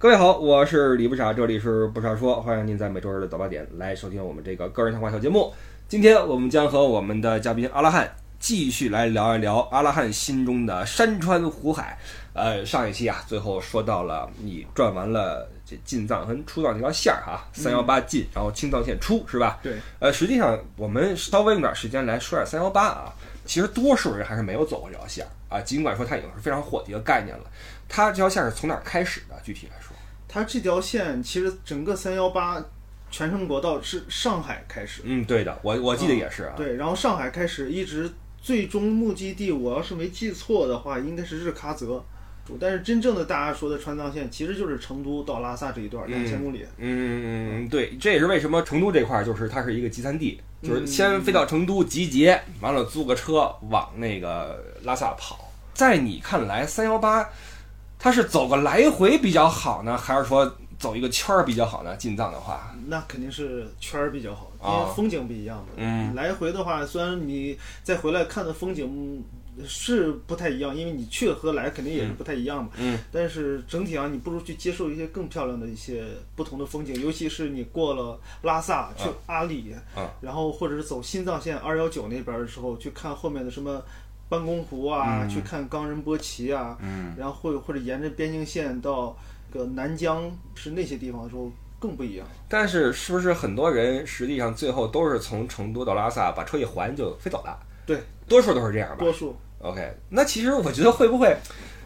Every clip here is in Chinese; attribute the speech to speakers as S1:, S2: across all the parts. S1: 各位好，我是李不傻，这里是不傻说，欢迎您在每周日的早八点来收听我们这个个人谈话小节目。今天我们将和我们的嘉宾阿拉汉继续来聊一聊阿拉汉心中的山川湖海。呃，上一期啊，最后说到了你转完了这进藏和出藏这条线儿啊，三幺八进，然后青藏线出，是吧？
S2: 对，
S1: 呃，实际上我们稍微用点时间来说点三幺八啊，其实多数人还是没有走过这条线儿啊，尽管说它已经是非常火的一个概念了。它这条线是从哪儿开始的？具体来说，
S2: 它这条线其实整个三幺八全程国道是上海开始，
S1: 嗯，对的，我我记得也是啊，
S2: 对，然后上海开始一直最终目的地，我要是没记错的话，应该是日喀则。但是真正的大家说的川藏线，其实就是成都到拉萨这一段两千公里。
S1: 嗯，对，这也是为什么成都这块儿就是它是一个集散地，就是先飞到成都集结，完了租个车往那个拉萨跑。在你看来，三幺八它是走个来回比较好呢，还是说走一个圈儿比较好呢？进藏的话，
S2: 那肯定是圈儿比较好，因
S1: 啊
S2: 为风景不一样嘛。
S1: 嗯
S2: 来回的话，虽然你再回来看的风景是不太一样，因为你去和来肯定也是不太一样嘛。
S1: 嗯
S2: 但是整体上，你不如去接受一些更漂亮的一些不同的风景，尤其是你过了拉
S1: 啊
S2: 萨去阿里，
S1: 嗯
S2: 然后或者是走新藏线二幺九那边的时候，去看后面的什么班公湖啊，去看冈仁波齐啊，
S1: 嗯
S2: 然后或或者沿着边境线到个南疆是那些地方的时候更不一样。
S1: 但是是不是很多人实际上最后都是从成都到拉萨把车一还就飞走了？
S2: 对，
S1: 多数都是这样吧？
S2: 多数
S1: OK，那其实我觉得会不会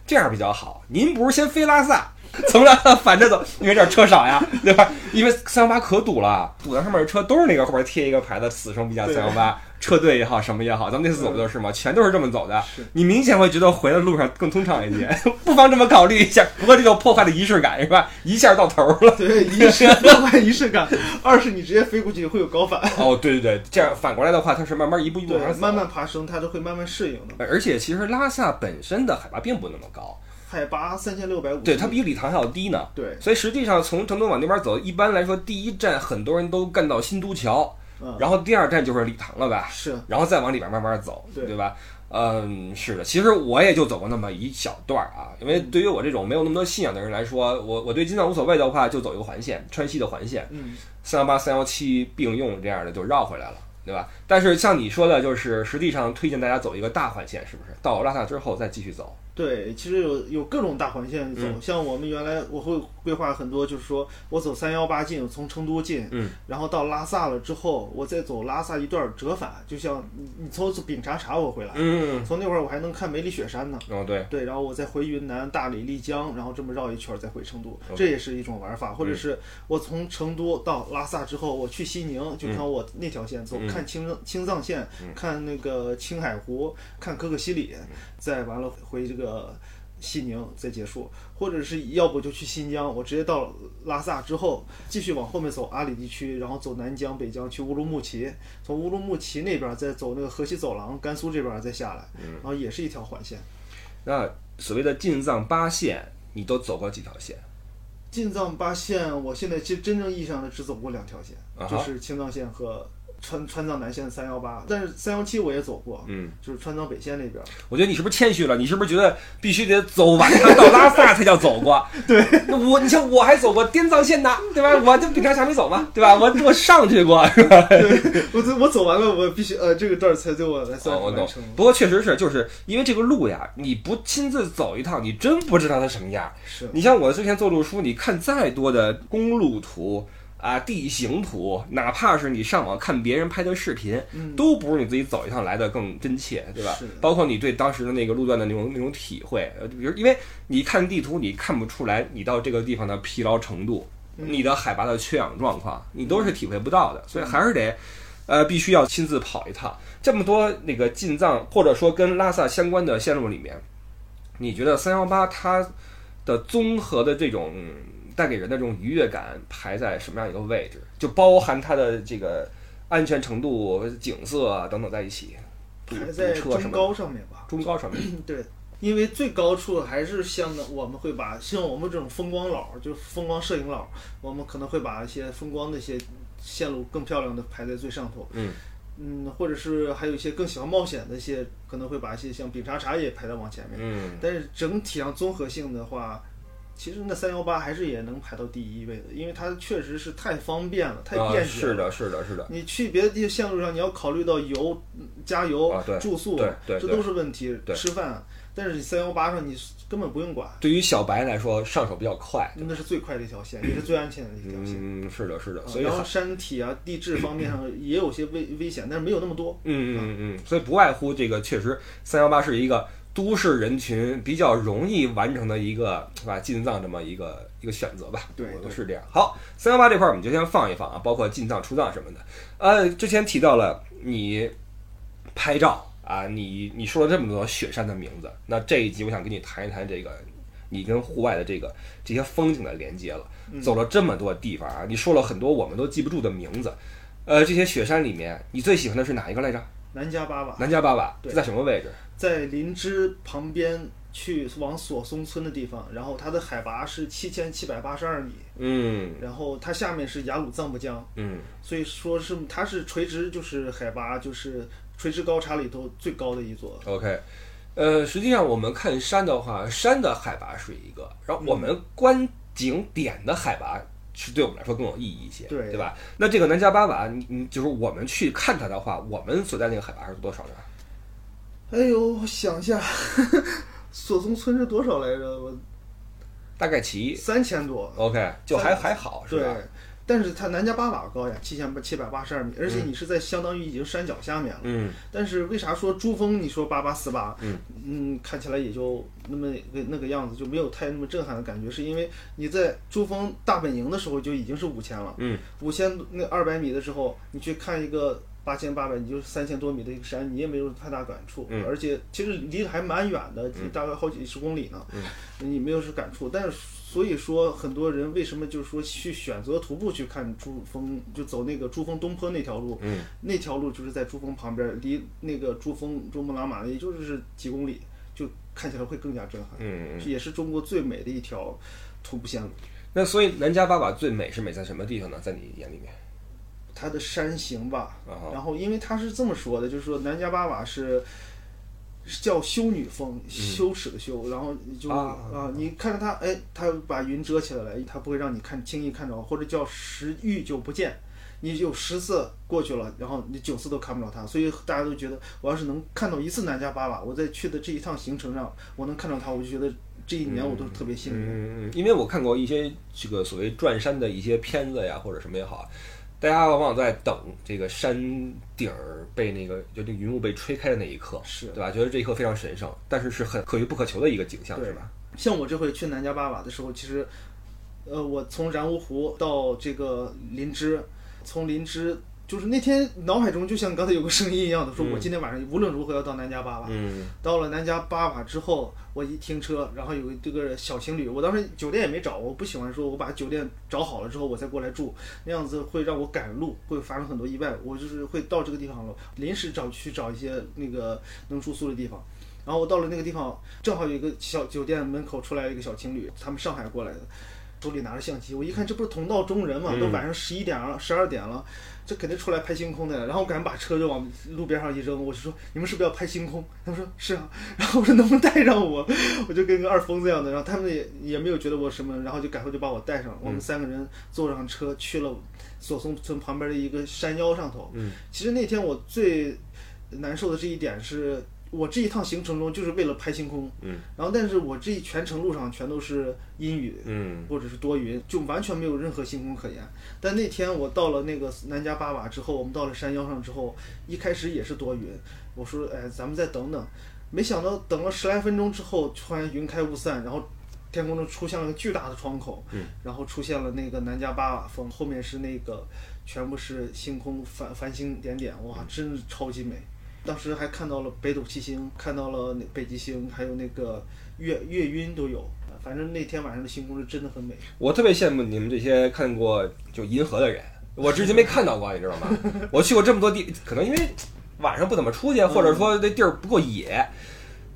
S1: 这样比较好？您不是先飞拉萨，从拉萨反着走，因为这儿车少呀，对吧？因为三幺八可堵了，堵到上面的车都是那个后边贴一个牌子“此生必驾三幺八”，车队也好，什么也好，咱们那次走不就是吗？全都嗯是这么走的
S2: 是。
S1: 你明显会觉得回来路上更通畅一些， 不妨这么考虑一下。不过这就破坏了仪式感，是吧？一下到头了。
S2: 对仪式破坏仪式感，二是你直接飞过去会有高反，
S1: 哦，对对对，这样反过来的话，它是慢慢一步一步
S2: 对
S1: 往上，走
S2: 慢。慢爬升，它都会慢慢适应的。
S1: 而且其实拉萨本身的海拔并不那么高，
S2: 海拔三千六百五，
S1: 对它比礼堂还要低呢。
S2: 对，
S1: 所以实际上从成都往那边走，一般来说第一站很多人都干到新都桥，
S2: 嗯，
S1: 然后第二站就是礼堂了吧，
S2: 是
S1: 然后再往里边慢慢走，
S2: 对
S1: 对吧？嗯，是的，其实我也就走过那么一小段儿啊，因为
S2: 嗯
S1: 对于我这种没有那么多信仰的人来说，我我对金藏无所谓的话，就走一个环线，川西的环线，
S2: 嗯，
S1: 三幺八、三幺七并用这样的就绕回来了，对吧？但是像你说的，就是实际上推荐大家走一个大环线，是不是？到拉萨之后再继续走，
S2: 对，其实有有各种大环线走，
S1: 嗯
S2: 像我们原来我会规划很多，就是说我走三幺八进，我从成都进，
S1: 嗯，
S2: 然后到拉萨了之后，我再走拉萨一段折返，就像你你从丙察察我回来，
S1: 嗯，
S2: 从那会儿我还能看梅里雪山呢。
S1: 哦对，
S2: 对，然后我再回云南、大理、丽江，然后这么绕一圈儿再回成都
S1: OK，
S2: 这也是一种玩法。或者是我从成都到拉萨之后，我去西宁，
S1: 嗯
S2: 就看我那条线走，看青藏青藏线，看那个青海湖，看可可西里，
S1: 嗯
S2: 再完了回这个西宁再结束。或者是要不就去新疆，我直接到拉萨之后，继续往后面走阿里地区，然后走南疆、北疆去乌鲁木齐，从乌鲁木齐那边儿再走那个河西走廊，甘肃这边儿再下来，
S1: 嗯
S2: 然后也是一条环线。
S1: 那所谓的进藏八线，你都走过几条线？
S2: 进藏八线，我现在其实真正意义上的只走过两条线，
S1: 啊哈
S2: 就是青藏线和川川藏南线三幺八，但是三幺七我也走过，
S1: 嗯，
S2: 就是川藏北线那边 儿。
S1: 我觉得你是不是谦虚了？你是不是觉得必须得走完它到拉萨才叫走过？ 对，那我你像我还走过滇藏线呢，对吧？我就比察察没走 嘛，对吧？我我上去过， 是吧？
S2: 我走我走完了，我必须呃这个段儿才对我来算
S1: 哦我
S2: 完
S1: 懂
S2: 成。。
S1: 不过确实是，就是因为这个路呀，你不亲自走一趟，你真不知道它什么样。
S2: 是
S1: 你像我之前做路书，你看再多的公路图啊、地形图，哪怕是你上网看别人拍的视频，
S2: 嗯
S1: 都不如你自己走一趟来的更真切，对吧
S2: 是？
S1: 包括你对当时的那个路段的那种那种体会，呃，比如因为你看地图，你看不出来你到这个地方的疲劳程度，
S2: 嗯
S1: 你的海拔的缺氧状况，你都是体会不到的，所以还是得。呃，必须要亲自跑一趟。这么多那个进藏或者说跟拉萨相关的线路里面，你觉得三幺八它的综合的这种带给人的这种愉悦感排在什么样一个位置？就包含它的这个安全程度、景色啊等等在一起，堵
S2: 排
S1: 堵
S2: 在
S1: 车什
S2: 中
S1: 么的
S2: 高上面吧，
S1: 中高上面。
S2: 对，因为最高处还是相当，我们会把像我们这种风光佬，就是风光摄影佬，我们可能会把一些风光的一些线路更漂亮的排在最上头。
S1: 嗯
S2: 嗯，或者是还有一些更喜欢冒险的一些，可能会把一些像丙察察也排到往前面。
S1: 嗯
S2: 但是整体上综合性的话，其实那三幺八还是也能排到第一位的，因为它确实是太方便了，太
S1: 啊
S2: 便捷了。
S1: 是的，是的，是的，
S2: 你去别的地线路上，你要考虑到油、嗯加油、
S1: 啊对
S2: 住宿，
S1: 对对
S2: 这
S1: 对
S2: 都是问题。
S1: 对
S2: 吃饭，啊但是你三幺八上你根本不用管，
S1: 对于小白来说，上手比较快。
S2: 那是最快的一条线，也是最安全的一条线。
S1: 嗯，是的，是的，
S2: 啊
S1: 所以
S2: 然
S1: 还
S2: 后山体啊、地质方面上也有些危危险，但是没有那么多。
S1: 嗯嗯嗯，所以不外乎这个，确实三幺八是一个都市人群比较容易完成的一个，是吧？进藏这么一个一个选择吧，
S2: 对
S1: 我觉得
S2: 对
S1: 是这样。好，三幺八这块儿我们就先放一放啊，包括进藏、出藏什么的。呃，之前提到了你拍照啊，你你说了这么多雪山的名字，那这一集我想跟你谈一谈这个。你跟户外的这个这些风景的连接了，
S2: 嗯
S1: 走了这么多地方啊，你说了很多我们都记不住的名字，呃，这些雪山里面你最喜欢的是哪一个来着？
S2: 南迦巴瓦
S1: 南迦巴瓦
S2: 对
S1: 在什么位置？
S2: 在林芝旁边，去往索松村的地方，然后它的海拔是七千七百八十二米，
S1: 嗯
S2: 然后它下面是雅鲁藏布江。
S1: 嗯
S2: 所以说是它是垂直，就是海拔就是垂直高差里头最高的一座。
S1: ，OK。呃，实际上我们看山的话，山的海拔是一个，然后我们观景点的海拔是对我们来说更有意义一些，
S2: 对
S1: 对吧？那这个南迦巴瓦，你你就是我们去看它的话，我们所在那个海拔是多少呢？
S2: 哎呦，我想一下， 索松村是多少来着？我
S1: 大概其
S2: 三千多，
S1: OK，就还
S2: 三
S1: 还好是
S2: 对
S1: 吧？。
S2: 但是它南迦巴瓦高呀，七千七百八十二米，而且你是在相当于已经山脚下面了。
S1: 嗯
S2: 但是为啥说珠峰你说八八四八，
S1: 嗯
S2: 看起来也就那么个那个样子，就没有太那么震撼的感觉，是因为你在珠峰大本营的时候就已经是五千了，
S1: 嗯，
S2: 五千那二百米的时候，你去看一个八千八百，你就是三千多米的一个山，你也没有太大感触，
S1: 嗯
S2: 而且其实离得还蛮远的，大概好几十公里呢，你没有是感触，但是。所以说，很多人为什么就是说去选择徒步去看珠峰，就走那个珠峰东坡那条路，
S1: 嗯
S2: 那条路就是在珠峰旁边，离那个珠峰珠穆朗玛也就是几公里，就看起来会更加震撼。
S1: 嗯。
S2: 也是中国最美的一条徒步线路，
S1: 那所以南迦巴瓦最美是美在什么地方呢？在你眼里面？
S2: 它的山形吧。
S1: 啊哈
S2: 然后，因为它是这么说的，就是说南迦巴瓦是。是叫修女峰，羞耻的羞，然后就
S1: 啊
S2: 你看着它，哎，它把云遮起来了，它不会让你看轻易看着，或者叫十遇九不见，你有十次过去了，然后你九次都看不着它，所以大家都觉得，我要是能看到一次南迦巴瓦，我在去的这一趟行程上，我能看到它，我就觉得这一年我都特别幸运。
S1: 嗯，嗯嗯，因为我看过一些这个所谓转山的一些片子呀，或者什么也好，大家往往在等这个山顶儿被那个就这个云雾被吹开的那一刻，
S2: 是
S1: 对吧？觉得这一刻非常神圣，但是是很可遇不可求的一个景象，
S2: 对
S1: 是吧？
S2: 像我这回去南迦巴瓦的时候，其实，呃，我从然乌湖到这个林芝，从林芝。就是那天脑海中就像刚才有个声音一样的，说我今天晚上无论如何要到南迦巴瓦。
S1: 嗯
S2: 到了南迦巴瓦之后，我一停车，然后有这个小情侣，我当时酒店也没找，我不喜欢说我把酒店找好了之后我再过来住，那样子会让我赶路，会发生很多意外。我就是会到这个地方了，临时找去找一些那个能住宿的地方。然后我到了那个地方，正好有一个小酒店门口出来一个小情侣，他们上海过来的，手里拿着相机，我一看这不是同道中人嘛，
S1: 嗯
S2: 都晚上十一点了，十二点了。这肯定出来拍星空的呀，然后我赶紧把车就往路边上一扔，我就说你们是不是要拍星空？他们说是啊， 然后我说能不能带上我？我就跟个二疯子一样的，然后他们也也没有觉得我什么，然后就赶快就把我带上了。
S1: 嗯
S2: 我们三个人坐上车去了索松村旁边的一个山腰上头。
S1: 嗯，
S2: 其实那天我最难受的这一点是。我这一趟行程中就是为了拍星空，
S1: 嗯，
S2: 然后但是我这一全程路上全都是阴雨，
S1: 嗯
S2: 或者是多云，就完全没有任何星空可言。但那天我到了那个南迦巴瓦之后，我们到了山腰上之后，一开始也是多云，我说哎，咱们再等等。没想到等了十来分钟之后，突然云开雾散，然后天空中出现了个巨大的窗口，
S1: 嗯
S2: 然后出现了那个南迦巴瓦峰，后面是那个全部是星空繁繁星点点，哇，
S1: 嗯
S2: 真是超级美。当时还看到了北斗七星，看到了那北极星，还有那个月月晕都有。呃反正那天晚上的星空是真的很美。
S1: 我特别羡慕你们这些看过就银河的人，我至今没看到过，啊你知道吗？我去过这么多地，可能因为晚上不怎么出去，或者说那地儿不够野，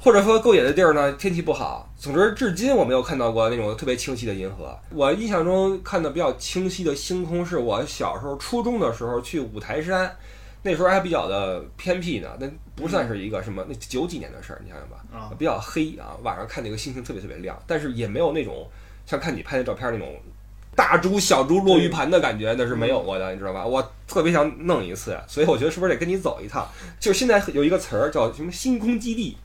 S1: 或者说够野的地儿呢天气不好。总之，至今我没有看到过那种特别清晰的银河。我印象中看的比较清晰的星空，是我小时候初中的时候去五台山。那时候还比较的偏僻呢，那不算是一个什么，那九几年的事儿，你想想吧，
S2: 啊
S1: 比较黑啊，晚上看那个星星特别特别亮，但是也没有那种像看你拍的照片那种大猪小猪落鱼盘的感觉，那是没有过的，你知道吧？我特别想弄一次，所以我觉得是不是得跟你走一趟？就现在有一个词儿叫什么“星空基地”，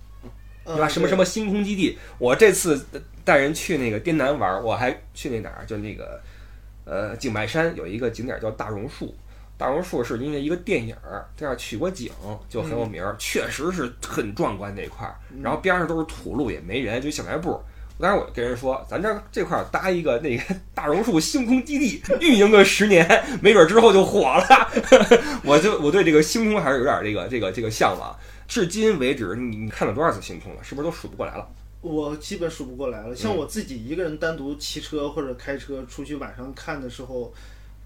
S1: 对吧？
S2: 嗯
S1: 什么什么星空基地？我这次带人去那个滇南玩儿，我还去那哪儿？啊就那个呃景迈山有一个景点叫大榕树。大榕树是因为一个电影儿在那儿取过景，就很有名儿，确实是很壮观那块儿。
S2: 嗯
S1: 然后边上都是土路，也没人，就小卖部。当时我就跟人说，咱这儿这块儿搭一个那个 大榕树星空基地，运营个十年，没准儿之后就火了。 我就我对这个星空还是有点儿这个这个这个向往。至今为止，你你看了多少次星空了？是不是都数不过来了？
S2: 我基本数不过来了。
S1: 嗯
S2: 像我自己一个人单独骑车或者开车出去晚上看的时候，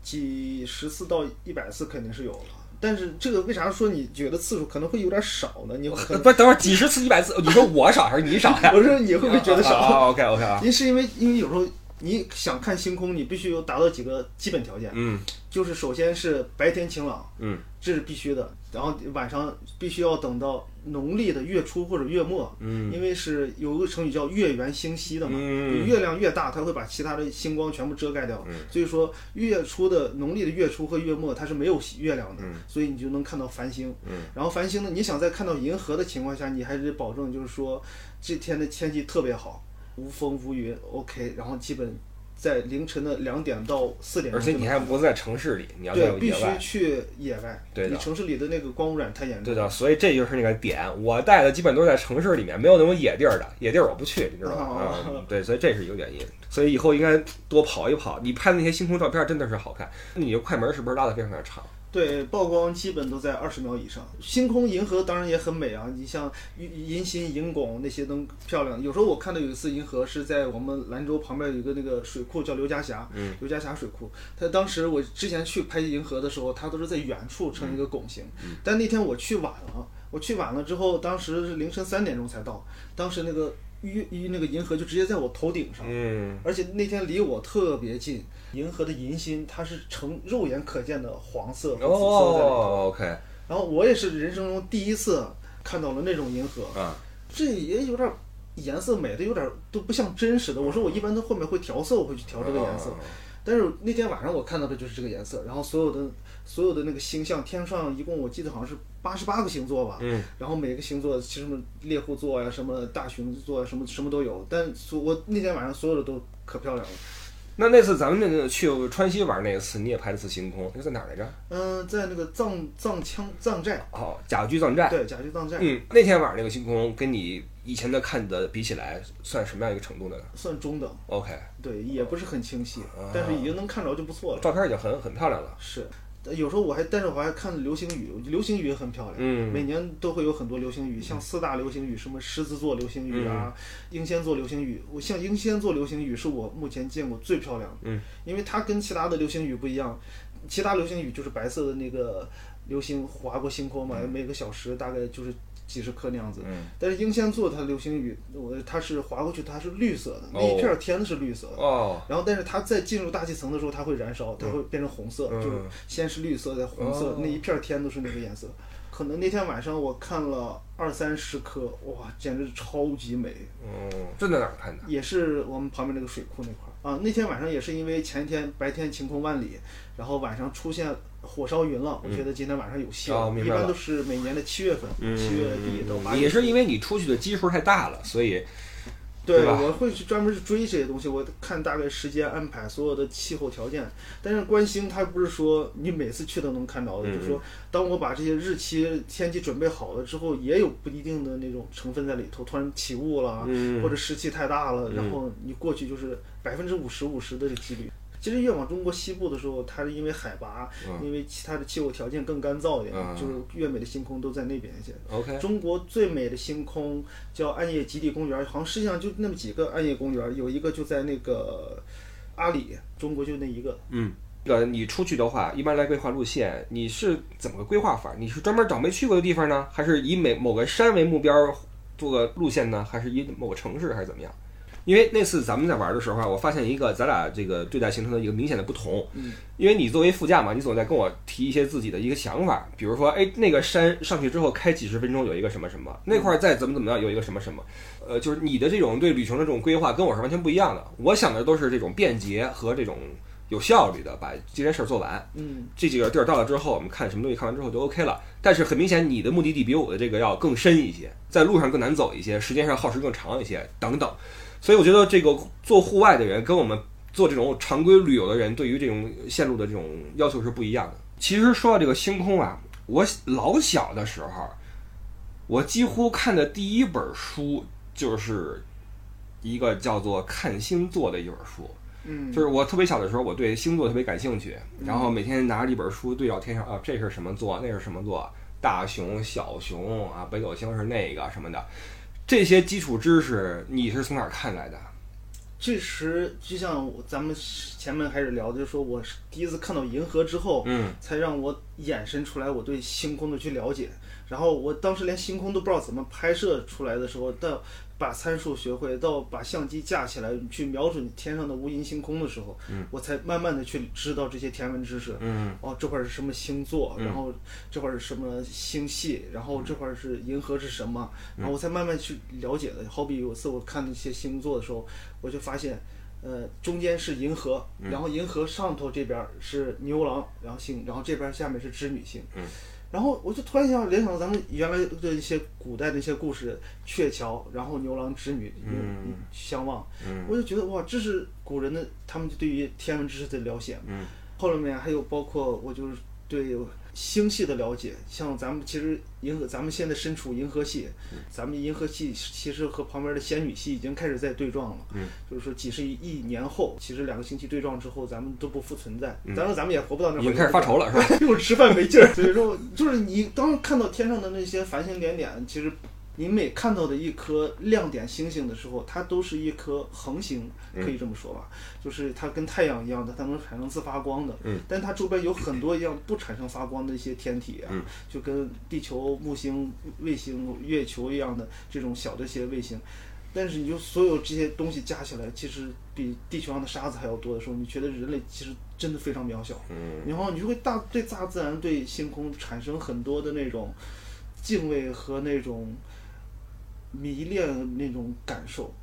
S2: 几十次到一百次肯定是有了。但是这个为啥说你觉得次数可能会有点少呢？你可能
S1: 呃不是，等会儿几十次、一百次，你说我少还是你少 呀？
S2: 我说你 会不会觉得少？
S1: ？OK OK 啊，
S2: 因为是因为因为有时候你想看星空，你必须有达到几个基本条件，
S1: 嗯
S2: 就是首先是白天晴朗，
S1: 嗯，
S2: 这是必须的。然后晚上必须要等到农历的月初或者月末，
S1: 嗯，
S2: 因为是有个成语叫月圆星稀的嘛，
S1: 嗯
S2: 月亮越大，它会把其他的星光全部遮盖掉，所以说月初的农历的月初和月末它是没有月亮
S1: 嗯
S2: 的，所以你就能看到繁星。然后繁星呢，你想在看到银河的情况下，你还得保证就是说这天的天气特别好，无风无云，OK，然后基本在凌晨的两点到四点，
S1: 而且你还不是在城市里，你要在
S2: 对，必
S1: 野
S2: 须
S1: 外。
S2: 去野外。
S1: 对的
S2: 你城市里的那个光污染太严重。
S1: 对的，所以这就是那个点。我带的基本都是在城市里面，没有那种野地儿的，野地儿我不去，你知道吧？
S2: 哦
S1: 嗯，对，所以这是一个原因。所以以后应该多跑一跑。你拍的那些星空照片真的是好看，你的快门是不是拉的非常的长？
S2: 对，曝光基本都在二十秒以上。星空银河当然也很美啊，你像银心、银拱那些都漂亮。有时候我看到有一次银河是在我们兰州旁边有一个那个水库叫刘家峡，
S1: 嗯
S2: 刘家峡水库。它当时我之前去拍银河的时候，它都是在远处成一个拱形，但那天我去晚了，我去晚了之后，当时是凌晨三点钟才到，当时那个鱼鱼那个银河就直接在我头顶上。
S1: 嗯，
S2: 而且那天离我特别近，银河的银心它是呈肉眼可见的黄色和紫色在里头。
S1: 哦，OK，
S2: 然后我也是人生中第一次看到了那种银河，
S1: 啊，
S2: 这也有点颜色美的有点都不像真实的。我说我一般都后面会调色，我会去调这个颜
S1: 哦
S2: 色。但是那天晚上我看到的就是这个颜色，然后所有的所有的那个星象，天上一共我记得好像是八十八个星座吧，
S1: 嗯，
S2: 然后每个星座其实什么猎户座呀、什么大熊座、什么什么都有，但所我那天晚上所有的都可漂亮了。
S1: 那那次咱们那个去川西玩那次，你也拍了次星空，那个在哪儿来着？
S2: 嗯、在那个藏藏羌藏寨，
S1: 哦，甲居藏寨。
S2: 对，甲居藏寨、
S1: 嗯，那天晚上那个星空跟你以前的看的比起来，算什么样一个程度呢
S2: 算中等，
S1: ？OK，
S2: 对，也不是很清晰，
S1: 啊
S2: 但是已经能看着就不错了。
S1: 照片已经很很漂亮了。
S2: 是，呃有时候我还，但是我还看流星雨，流星雨也很漂亮。
S1: 嗯
S2: 每年都会有很多流星雨，像四大流星雨，什么狮子座流星雨啊，
S1: 嗯
S2: 英仙座流星雨。我像英仙座流星雨是我目前见过最漂亮的，
S1: 嗯，
S2: 因为它跟其他的流星雨不一样，其他流星雨就是白色的那个流星划过星空嘛，每个小时大概就是几十颗那样子。
S1: 嗯，
S2: 但是英仙座它的流星雨，我它是划过去，它是绿色的，那
S1: 哦
S2: 一片天是绿色的。
S1: 哦，
S2: 然后，但是它在进入大气层的时候，它会燃烧，它会变成红色，
S1: 嗯
S2: 就是先是绿色，再红色，
S1: 哦
S2: 那一片天都是那个颜色。可能那天晚上我看了二三十颗，哇，简直超级美！
S1: 嗯，这在哪儿看的？
S2: 也是我们旁边那个水库那块儿啊。那天晚上也是因为前一天白天晴空万里，然后晚上出现火烧云了，我觉得今天晚上有戏
S1: 哦明
S2: 一
S1: 白了嗯
S2: 般都是每年的七月份，七月底到八月。
S1: 也是因为你出去的基数太大了，所以
S2: 对，
S1: 对吧
S2: 我会去专门去追这些东西，我看大概时间安排，所有的气候条件。但是观星它不是说你每次去都能看到的，
S1: 嗯
S2: 就是说，当我把这些日期、天气准备好了之后，也有不一定的那种成分在里头，突然起雾了，啊
S1: 嗯
S2: 或者湿气太大了，然后你过去就是百分之五十五十的这几率。其实越往中国西部的时候，它是因为海拔，因为其他的气候条件更干燥一点，
S1: 嗯
S2: 就是越美的星空都在那边一些。
S1: OK，
S2: 中国最美的星空叫暗夜极地公园，好像世界上就那么几个暗夜公园，有一个就在那个阿里，中国就那一个。
S1: 嗯。这个你出去的话，一般来规划路线，你是怎么个规划法？你是专门找没去过的地方呢，还是以每某个山为目标做个路线呢，还是以某个城市，还是怎么样？因为那次咱们在玩的时候啊，我发现一个咱俩这个对待行程的一个明显的不同。
S2: 嗯，
S1: 因为你作为副驾嘛，你总在跟我提一些自己的一个想法，比如说，哎，那个山上去之后开几十分钟有一个什么什么，那块儿再怎么怎么样有一个什么什么，呃，就是你的这种对旅程的这种规划跟我是完全不一样的。我想的都是这种便捷和这种有效率的把这件事儿做完。
S2: 嗯，
S1: 这几个地儿到了之后，我们看什么东西看完之后就 OK 了。但是很明显，你的目的地比我的这个要更深一些，在路上更难走一些，时间上耗时更长一些，等等。所以我觉得这个做户外的人跟我们做这种常规旅游的人，对于这种线路的这种要求是不一样的。其实说到这个星空啊，我老小的时候，我几乎看的第一本书就是一个叫做《看星座》的一本书。
S2: 嗯，
S1: 就是我特别小的时候，我对星座特别感兴趣，然后每天拿着一本书对照天上啊，这是什么座，那是什么座，大熊、小熊啊，北斗星是那个什么的，这些基础知识你是从哪儿看来的？
S2: 这时就像我咱们前面开始聊的，就是说我是第一次看到银河之后，
S1: 嗯，
S2: 才让我衍生出来我对星空的去了解。然后我当时连星空都不知道怎么拍摄出来的时候，到把参数学会，到把相机架起来去瞄准天上的无垠星空的时候，
S1: 嗯
S2: 我才慢慢的去知道这些天文知识。
S1: 嗯
S2: 哦，这块儿是什么星座？
S1: 嗯
S2: 然后这块儿是什么星系？然后这块儿是银河是什么？
S1: 嗯
S2: 然后我才慢慢去了解的。好比有次我看那些星座的时候，我就发现，呃，中间是银河，然后银河上头这边儿是牛郎，然后星，然后这边儿下面是织女星。
S1: 嗯
S2: 然后我就突然想联想到咱们原来的一些古代的一些故事，鹊桥，然后牛郎织女
S1: 嗯
S2: 相望，
S1: 嗯
S2: 我就觉得哇，这是古人的他们对于天文知识的了解。
S1: 嗯，
S2: 后面还有包括我就是对星系的了解，像咱们其实银河，咱们现在身处银河系，
S1: 嗯
S2: 咱们银河系其实和旁边的仙女系已经开始在对撞了。
S1: 嗯，
S2: 就是说几十亿年后，其实两个星期对撞之后，咱们都不复存在。当然，咱们也活不到那
S1: 嗯
S2: 会
S1: 已
S2: 儿。
S1: 经开始发愁了是吧？
S2: 又吃饭没劲儿。所以说，就是你当时看到天上的那些繁星点点，其实你每看到的一颗亮点星星的时候，它都是一颗恒星，可以这么说吧，就是它跟太阳一样的，它能产生自发光的。
S1: 嗯。
S2: 但它周边有很多一样不产生发光的一些天体啊，
S1: 嗯
S2: 就跟地球、木星、卫星、月球一样的这种小的一些卫星。但是你就所有这些东西加起来，其实比地球上的沙子还要多的时候，你觉得人类其实真的非常渺小。
S1: 嗯
S2: 然后你就会大对大自然、对星空产生很多的那种敬畏和那种迷恋的那种感受。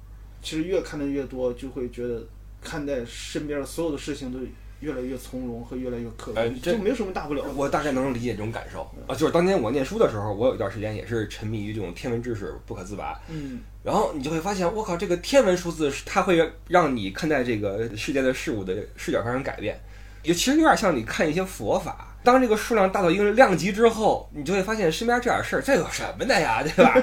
S2: 其实越看的越多，就会觉得看待身边的所有的事情都越来越从容和越来越客观，
S1: 哎这
S2: 就没有什么大不了的。
S1: 我大概能理解这种感受啊，就是当年我念书的时候，我有一段时间也是沉迷于这种天文知识不可自拔，
S2: 嗯，
S1: 然后你就会发现，我靠，这个天文数字是它会让你看待这个世界的事物的视角发生改变，也其实有点像你看一些佛法。当这个数量大到一个量级之后，你就会发现身边这点事儿，这有什么 的呀，对吧？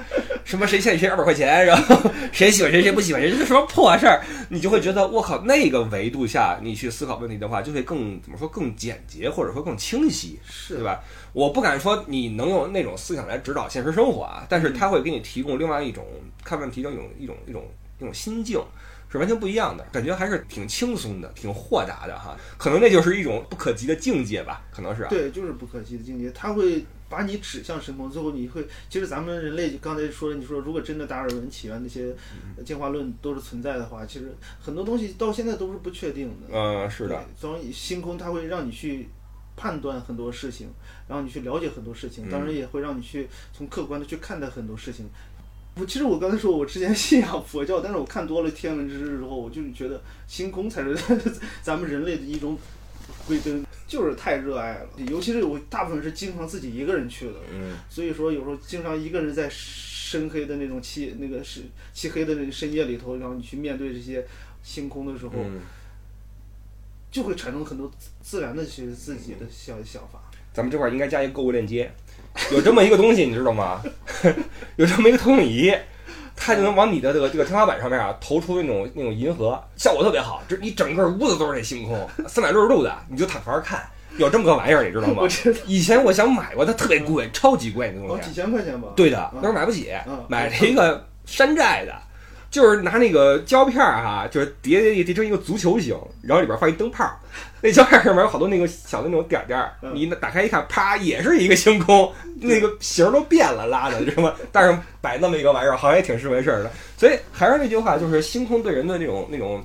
S1: 什么谁欠谁二百块钱，然后 谁喜欢谁谁不喜欢谁， 这是什么破事儿？你就会觉得我靠，那个维度下你去思考问题的话，就会更怎么说更简洁，或者说更清晰。
S2: 是
S1: 对吧？我不敢说你能用那种思想来指导现实生活啊，但是它会给你提供另外一种看问题的一种一种一种一种心境，是完全不一样的，感觉还是挺轻松的，挺豁达的哈。可能那就是一种不可及的境界吧，可能是、啊。
S2: 对，就是不可及的境界，它会把你指向神空，最后你会，其实咱们人类刚才说，你说如果真的达尔文起源那些
S1: 嗯
S2: 呃进化论都是存在的话，其实很多东西到现在都是不确定的。
S1: 嗯、是的，
S2: 对，所以星空它会让你去判断很多事情，然后你去了解很多事情，
S1: 嗯
S2: 当然也会让你去从客观的去看待很多事情。我其实我刚才说，我之前 信仰佛教，但是我看多了天文知识之后，我就是觉得星空才是 咱们人类的一种归根，就是太热爱了。尤其是我大部分是经常自己一个人去的，
S1: 嗯
S2: 所以说有时候经常一个人在深黑的那种漆那个是漆黑的那个深夜里头，然后你去面对这些星空的时候，
S1: 嗯，
S2: 就会产生很多自自然的其实自己的想想法。
S1: 咱们这块儿应该加一个购物链接，有这么一个东西，你知道吗？ 有这么一个投影仪。它就能往你的这个这个天花板上面啊投出那种那种银河，效果特别好，就是你整个屋子都是那星空，三百六十度的，你就躺床上看，有这么个玩意儿，你知道吗
S2: 我？知道，
S1: 以前我想买过，它特别贵，超级贵那
S2: 哦，
S1: 东西
S2: 几。千块钱吧。
S1: 对的，
S2: 嗯
S1: 那时候买不起
S2: 嗯，
S1: 买了一个山寨的，就是拿那个胶片儿啊，就是叠叠叠叠成一个足球形，然后里边放一灯泡儿，那胶片儿上面有好多那个小的那种点儿点儿，
S2: 嗯
S1: 你打开一看，啪，也是一个星 空，那个形儿都变了，拉的知道吗？但是摆那么一个玩意儿，好像也挺是回事儿的。所以还是那句话，就是星空对人的那种那种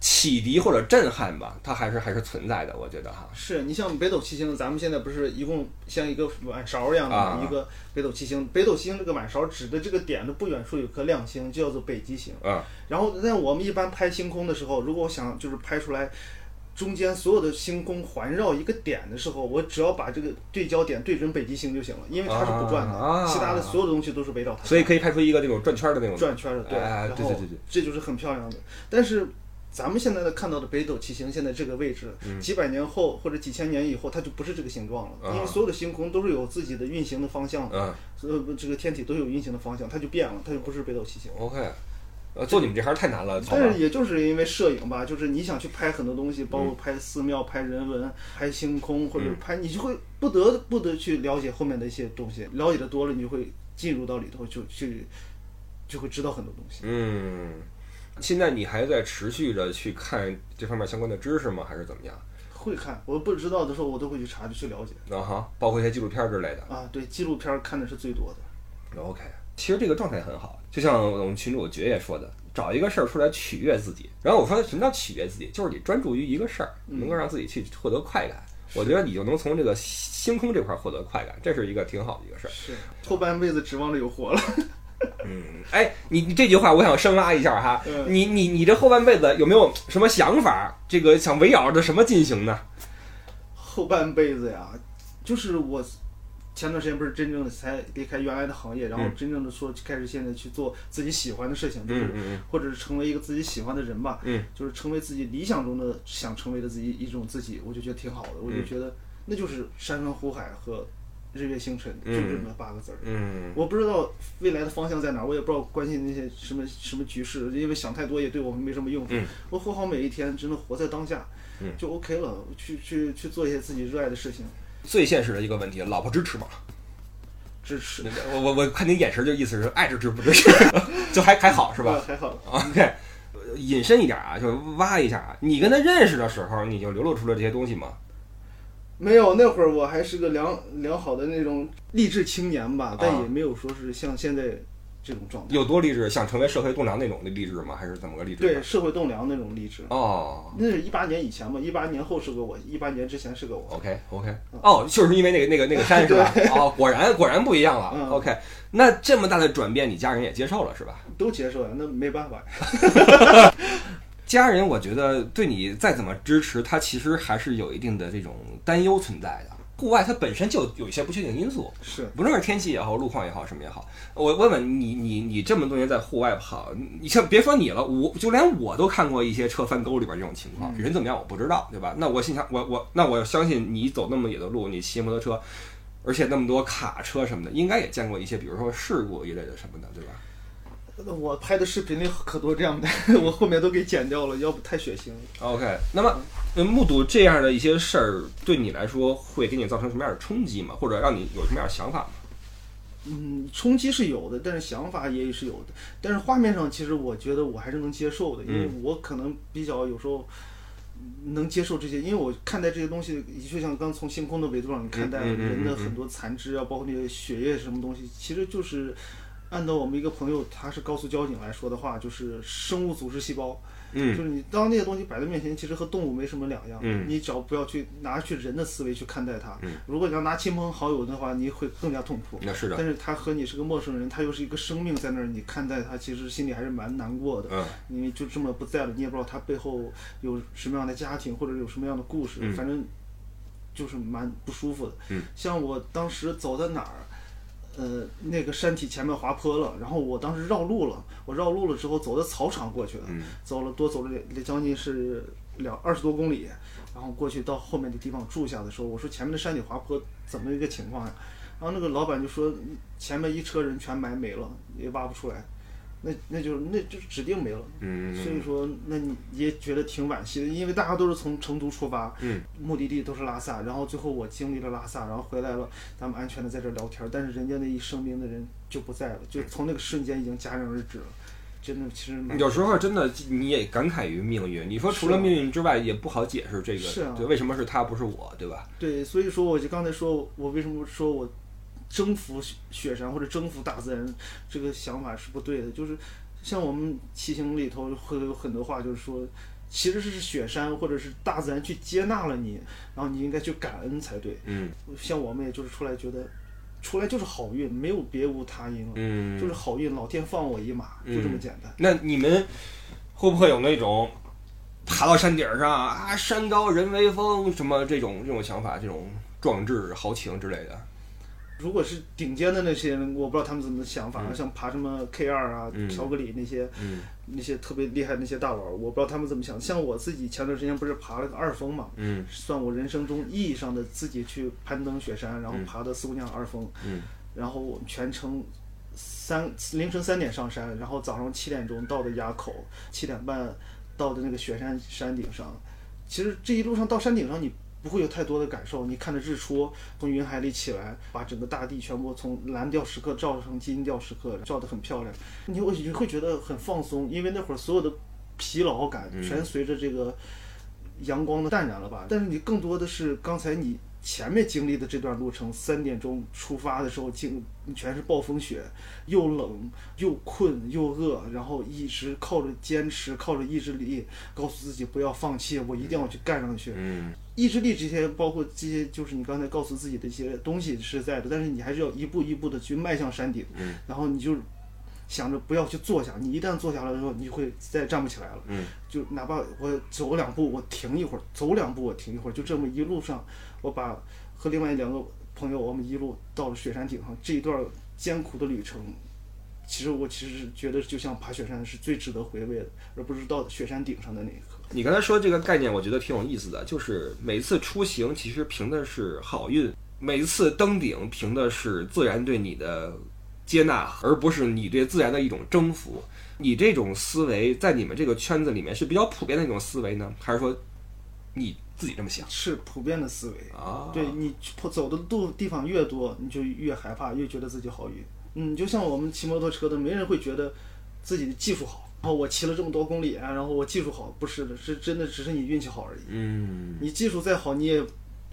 S1: 启迪或者震撼吧，它还是还是存在的，我觉得哈。
S2: 是你像北斗七星，咱们现在不是一共像一个碗勺一样的、
S1: 啊
S2: 一个北斗七星，北斗七星这个碗勺指的这个点的不远处有颗亮星，就叫做北极星。
S1: 嗯，
S2: 然后在我们一般拍星空的时候，如果我想就是拍出来中间所有的星空环绕一个点的时候，我只要把这个对焦点对准北极星就行了，因为它是不转的，
S1: 啊
S2: 其他的所有的东西都是围绕它转。
S1: 所以可以拍出一个那种转圈儿的那种
S2: 转圈儿的，对，
S1: 哎
S2: 然
S1: 对
S2: 后
S1: 对对对
S2: 这就是很漂亮的。但是咱们现在的看到的北斗七星，现在这个位置，几百年后或者几千年以后，它就不是这个形状了，
S1: 嗯啊
S2: 因为所有的星空都是有自己的运行的方向，
S1: 嗯
S2: 所有这个天体都有运行的方向，它就变了，它就不是北斗七星。
S1: ，OK，呃，做你们这行太难了，好吧
S2: 但是也就是因为摄影吧，就是你想去拍很多东西，包
S1: 嗯
S2: 括拍寺庙、拍人文、拍星空，或者拍你就会不得不得去了解后面的一些东西，了解的多了，你就会进入到里头，就去就会知道很多东西。
S1: 嗯，现在你还在持续着去看这方面相关的知识吗？还是怎么样？
S2: 会看，我不知道的时候，我都会去查着去了解。
S1: 啊哈，包括一些纪录片之类的。
S2: 啊，对，纪录片儿看的是最多的。
S1: OK，其实这个状态很好，就像我们群主爵爷说的，找一个事儿出来取悦自己。然后我说，什么叫取悦自己？就是你专注于一个事儿，能够让自己去获得快感。我觉得你就能从这个星空这块儿获得快感，这是一个挺好的一个事儿。
S2: 是，后半辈子指望着有活了。
S1: 哎，你你这句话我想深挖一下哈，
S2: 嗯
S1: 你你你这后半辈子有没有什么想法？这个想围绕着什么进行呢？
S2: 后半辈子呀，就是我前段时间不是真正的才离开原来的行业，然后
S1: 嗯
S2: 真正的说开始现在去做自己喜欢的事情，就是、
S1: 嗯嗯
S2: 或者是成为一个自己喜欢的人吧，
S1: 嗯，
S2: 就是成为自己理想中的想成为的自己一种自己，我就觉得挺好的。我
S1: 嗯
S2: 就觉得那就是山川湖海和日月星辰，就这么八个字儿。
S1: 嗯
S2: 我不知道未来的方向在哪儿，我也不知道关心那些什么什么局势，因为想太多也对我们没什么用处。
S1: 嗯
S2: 我活好每一天，真的活在当下，
S1: 嗯
S2: 就 OK 了。去去去做一些自己热爱的事情，
S1: 最现实的一个问题，老婆支持吗？
S2: 支持
S1: 我我我看你眼神就意思是爱支持不支持， 就还还好是吧
S2: 啊还好，
S1: ？OK，呃引申一点啊，就是挖一下啊，你跟他认识的时候，你就流露出了这些东西吗？
S2: 没有那会儿我还是个良良好的那种励志青年
S1: 啊
S2: 吧，但也没有说是像现在这种状态。
S1: 有多励志？想成为社会栋梁那种的励志吗？还是怎么个励志？
S2: 对，社会栋梁那种励志，
S1: 哦
S2: 那是一八年以前嘛，一八年后是个我，一八年之前是个我。
S1: ，OK OK，哦，
S2: 嗯
S1: 就是因为那个那个那个山是吧？哦，果然果然不一样了
S2: 嗯。
S1: OK，那这么大的转变，你家人也接受了是吧？
S2: 都接受呀，那没办法呀。
S1: 家人，我觉得对你再怎么支持，他其实还是有一定的这种担忧存在的。户外它本身就有一些不确定因素，
S2: 是，
S1: 不论是天气也好，路况也好，什么也好。我问问你，你你这么多年在户外跑，你像别说你了，我就连我都看过一些车翻沟里边这种情况，人怎么样我不知道，对吧？那我心想，我我那我相信你走那么野的路，你骑摩托车，而且那么多卡车什么的，应该也见过一些，比如说事故一类的什么的，对吧？
S2: 我拍的视频里可多这样的， 我后面都给剪掉了，要不太血腥了。
S1: OK，那么呃目睹这样的一些事儿，对你来说会给你造成什么样的冲击吗？或者让你有什么样的想法吗？
S2: 嗯，冲击是有的，但是想法也是有的。但是画面上，其实我觉得我还是能接受
S1: 嗯
S2: 的，因为我可能比较有时候能接受这些，因为我看待这些东西，就像刚从星空的维度上你看待
S1: 嗯嗯嗯
S2: 人的
S1: 嗯嗯
S2: 很多残肢啊，包括那些血液什么东西，其实就是按照我们一个朋友他是高速交警来说的话，就是生物组织细胞。
S1: 嗯
S2: 就是你当那些东西摆在面前，其实和动物没什么两样。
S1: 嗯
S2: 你只要不要去拿去人的思维去看待它。
S1: 嗯
S2: 如果你要拿亲朋好友的话，你会更加痛苦。
S1: 那是的
S2: 但是他和你是个陌生人，他又是一个生命在那儿，你看待他，其实心里还是蛮难过的。
S1: 嗯
S2: 因为就这么不在了，你也不知道他背后有什么样的家庭或者有什么样的故事，
S1: 嗯
S2: 反正就是蛮不舒服的。
S1: 嗯
S2: 像我当时走在哪儿，呃，那个山体前面滑坡了，然后我当时绕路了，我绕路了之后走到草场过去的，
S1: 嗯
S2: 走了多走了两将近是两二十多公里，然后过去到后面的地方住下的时候，我说前面的山体滑坡怎么一个情况呀？然后那个老板就说前面一车人全埋没了，也挖不出来，那那就是那就指定没了。所
S1: 嗯
S2: 以说，那你也觉得挺惋惜的，因为大家都是从成都出发，
S1: 嗯，
S2: 目的地都是拉萨，然后最后我经历了拉萨，然后回来了，咱们安全的在这儿聊天，但是人家那一生命的人就不在了，就从那个瞬间已经戛然而止了。真的其实
S1: 有时候真的你也感慨于命运。你说除了命运之外，也不好解释这个，
S2: 是啊
S1: 对，为什么是他不是我，对吧？
S2: 对，所以说我就刚才说，我为什么说我征服雪雪山或者征服大自然这个想法是不对的，就是像我们骑行里头会有很多话，就是说。其实是雪山或者是大自然去接纳了你，然后你应该去感恩才对。
S1: 嗯
S2: 像我们也就是出来觉得，出来就是好运，没有别无他因了，
S1: 嗯，
S2: 就是好运，老天放我一马，就这么简单。
S1: 那你们会不会有那种爬到山顶上啊，山高人为峰什么这种这种想法，这种壮志豪情之类的？
S2: 如果是顶尖的那些人，我不知道他们怎么想法，像爬什么 K 二啊、
S1: 嗯
S2: 乔格里那些
S1: 嗯
S2: 那些特别厉害的那些大佬，我不知道他们怎么想。像我自己前段时间不是爬了个二峰嘛，
S1: 嗯
S2: 算我人生中意义上的自己去攀登雪山，然后爬的四姑娘二峰，
S1: 嗯
S2: 然后我们全程三凌晨三点上山，然后早上七点钟到的垭口，七点半到的那个雪山山顶上。其实这一路上到山顶上，你不会有太多的感受，你看着日出从云海里起来，把整个大地全部从蓝调时刻照成金调时刻，照得很漂亮。你会你会觉得很放松，因为那会儿所有的疲劳感
S1: 嗯
S2: 全随着这个阳光的淡然了吧。但是你更多的是刚才你前面经历的这段路程，三点钟出发的时候，经全是暴风雪，又冷又困又饿，然后一直靠着坚持，靠着意志力，告诉自己不要放弃，我一定要去干上去。
S1: 嗯
S2: 意志力这些，包括这些，就是你刚才告诉自己的一些东西是在的，但是你还是要一步一步的去迈向山顶，
S1: 嗯
S2: 然后你就想着不要去坐下，你一旦坐下了之后，你就会再也站不起来了。
S1: 嗯
S2: 就哪怕我走两步，我停一会儿，走两步我停一会儿，就这么一路上，我把和另外两个朋友，我们一路到了雪山顶上，这一段艰苦的旅程，其实我其实是觉得，就像爬雪山是最值得回味的，而不是到雪山顶上的那一刻。
S1: 你刚才说这个概念，我觉得挺有意思的，就是每次出行其实凭的是好运，每一次登顶凭的是自然对你的接纳，而不是你对自然的一种征服。你这种思维在你们这个圈子里面是比较普遍的一种思维呢，还是说你自己这么想
S2: 是普遍的思维，
S1: 啊？
S2: 对你走的路地方越多，你就越害怕，越觉得自己好运。嗯，就像我们骑摩托车的，没人会觉得自己的技术好。然后我骑了这么多公里啊，然后我技术好，不是的，是真的只是你运气好而已。
S1: 嗯
S2: 你技术再好，你也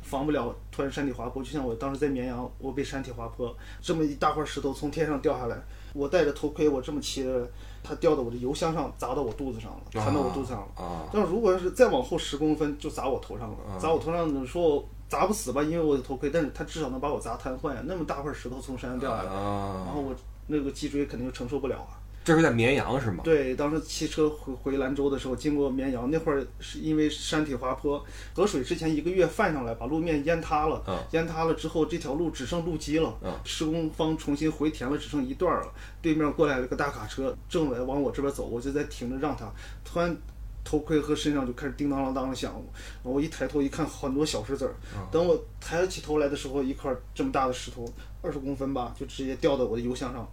S2: 防不了突然山体滑坡。就像我当时在绵阳，我被山体滑坡，这么一大块石头从天上掉下来，我戴着头盔，我这么骑着，它掉到我的油箱上，砸到我肚子上了，弹到我肚子上了。
S1: 啊，
S2: 但如果要是再往后十公分，就砸我头上了。砸我头上，你说我砸不死吧，因为我有头盔，但是它至少能把我砸瘫痪呀。那么大块石头从山上掉下来，
S1: 啊，
S2: 然后我那个脊椎肯定就承受不了啊。
S1: 这是在绵阳是吗？
S2: 对，当时骑车回回兰州的时候，经过绵阳那会儿，是因为山体滑坡，河水之前一个月泛上来，把路面淹塌了。
S1: 嗯
S2: 淹塌了之后，这条路只剩路基了。
S1: 嗯
S2: 施工方重新回填了，只剩一段儿了。对面过来了个大卡车，正来往我这边走，我就在停着让他，突然。头盔和身上就开始叮当啷当的响，我一抬头一看，很多小石子儿。
S1: 嗯
S2: 等我抬起头来的时候，一块这么大的石头，二十公分吧，就直接掉到我的油箱上，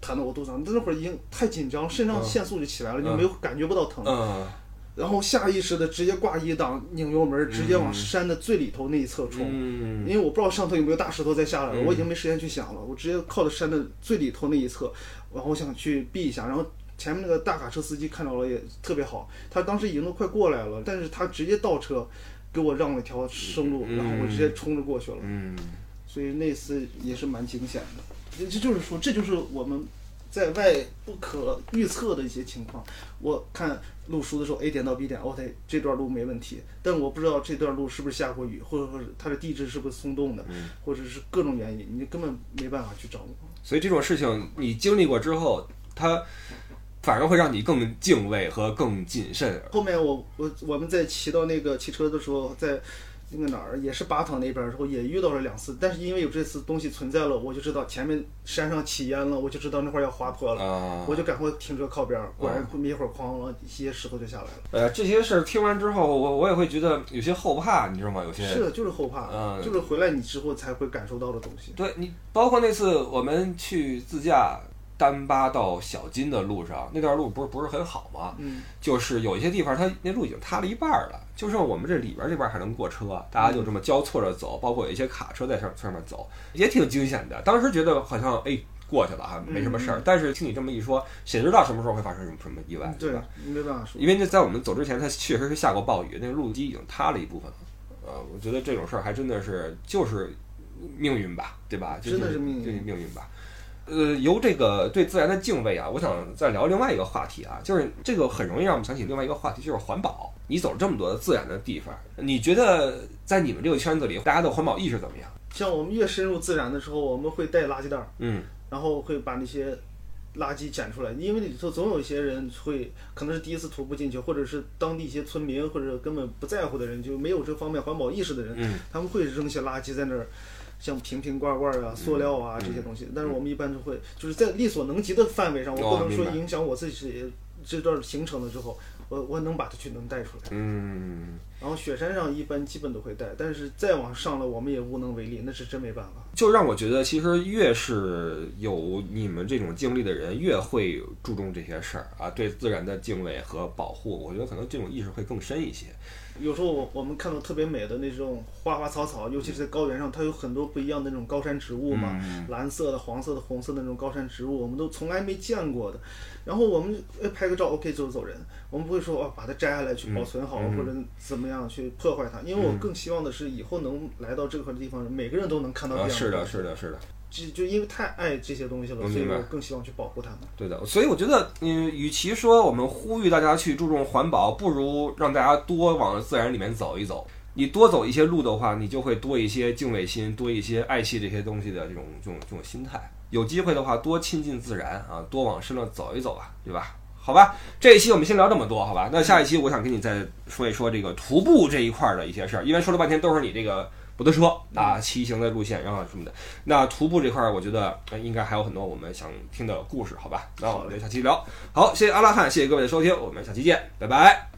S2: 弹到我肚子上。那会儿已经太紧张，肾上腺素就起来了，你没有感觉不到疼，
S1: 嗯
S2: 然后下意识的直接挂一档，拧油门，直接往山的最里头那一侧冲。
S1: 嗯
S2: 因为我不知道上头有没有大石头再下来了，我已经没时间去想了，我直接靠着山的最里头那一侧，然后我想去避一下，然后前面那个大卡车司机看到了也特别好，他当时已经都快过来了，但是他直接倒车，给我让了一条生路，
S1: 嗯
S2: 然后我直接冲着过去了，
S1: 嗯，
S2: 所以那次也是蛮惊险的。这这就是说，这就是我们在外不可预测的一些情况。我看路书的时候，A 点到 B 点，OK，这段路没问题，但我不知道这段路是不是下过雨，或者说是它的地质是不是松动的，或者是各种原因，你根本没办法去掌握。
S1: 所以这种事情你经历过之后，它反而会让你更敬畏和更谨慎。
S2: 后面我我我们在骑到那个汽车的时候，在那个哪儿也是巴塘那边儿的时候也遇到了两次，但是因为有这次东西存在了，我就知道前面山上起烟了，我就知道那块儿要滑坡了。
S1: 啊，
S2: 我就赶快停车靠边儿，果然没一会儿，哐啷一些石头就下来了。
S1: 呃，这些事儿听完之后，我我也会觉得有些后怕，你知道吗？有些
S2: 是的，就是后怕，
S1: 嗯
S2: 就是回来你之后才会感受到的东西。
S1: 对你，包括那次我们去自驾单巴到小金的路上，那段路不是不是很好吗？
S2: 嗯，
S1: 就是有一些地方它那路已经塌了一半儿了，就剩我们这里边儿这边儿还能过车，大家就这么交错着走，包括有一些卡车在上上面走，也挺惊险的。当时觉得好像哎。过去了啊，没什么事儿。
S2: 嗯
S1: 但是听你这么一说，谁知道什么时候会发生什么什么意外？
S2: 对
S1: 吧？，
S2: 没办法说。
S1: 因为那在我们走之前，它确实是下过暴雨，那个路基已经塌了一部分了。呃，我觉得这种事儿还真的是就是命运吧，对吧？就
S2: 真的是命运
S1: 就是命运吧。呃，由这个对自然的敬畏啊，我想再聊另外一个话题啊，就是这个很容易让我们想起另外一个话题，就是环保。你走这么多自然的地方，你觉得在你们这个圈子里，大家的环保意识怎么样？
S2: 像我们越深入自然的时候，我们会带垃圾袋儿，
S1: 嗯
S2: 然后会把那些垃圾捡出来，因为里头总有一些人会可能是第一次徒步进去，或者是当地一些村民，或者根本不在乎的人，就没有这方面环保意识的人，
S1: 嗯
S2: 他们会扔些垃圾在那儿。像瓶瓶罐罐啊、塑料
S1: 嗯
S2: 啊、这些东西，但是我们一般都会就是在力所能及的范围上，我
S1: 哦
S2: 不能说
S1: 明白
S2: 影响我自己这段行程了之后，我我能把它去能带出来。
S1: 嗯，
S2: 然后雪山上一般基本都会带，但是再往上了，我们也无能为力，那是真没办法。
S1: 就让我觉得，其实越是有你们这种经历的人，越会注重这些事儿啊，对自然的敬畏和保护。我觉得可能这种意识会更深一些。
S2: 有时候我我们看到特别美的那种花花草草，尤
S1: 嗯
S2: 其是在高原上，它有很多不一样的那种高山植物嘛，蓝色的、黄色的、红色的那种高山植物，我们都从来没见过的。然后我们哎拍个照，OK 走走人，我们不会说哦把它摘下来去保存好、
S1: 嗯嗯
S2: 或者怎么样去破坏它，因为我更希望的是以后能来到这块地方，每个人都能看到这
S1: 啊，
S2: 样
S1: 是的，
S2: 东西
S1: 是的，是的，
S2: 就就因为太爱这些东西了，
S1: 我
S2: 所以
S1: 明白
S2: 我更希望去保护它们。
S1: 对的。所以我觉得，嗯，与其说我们呼吁大家去注重环保，不如让大家多往自然里面走一走。你多走一些路的话，你就会多一些敬畏心，多一些爱惜这些东西的这种这种这种心态。有机会的话，多亲近自然啊，多往深了走一走吧，对吧？好吧，这一期我们先聊这么多，好吧？那下一期我想跟你再说一说这个徒步这一块儿的一些事儿，因为说了半天都是你这个摩托车啊、骑行的路线，然后什么的。那徒步这块儿，我觉得呃应该还有很多我们想听的故事，好吧？那我们就下期聊。好，谢谢阿拉汉，谢谢各位的收听，我们下期见，拜拜。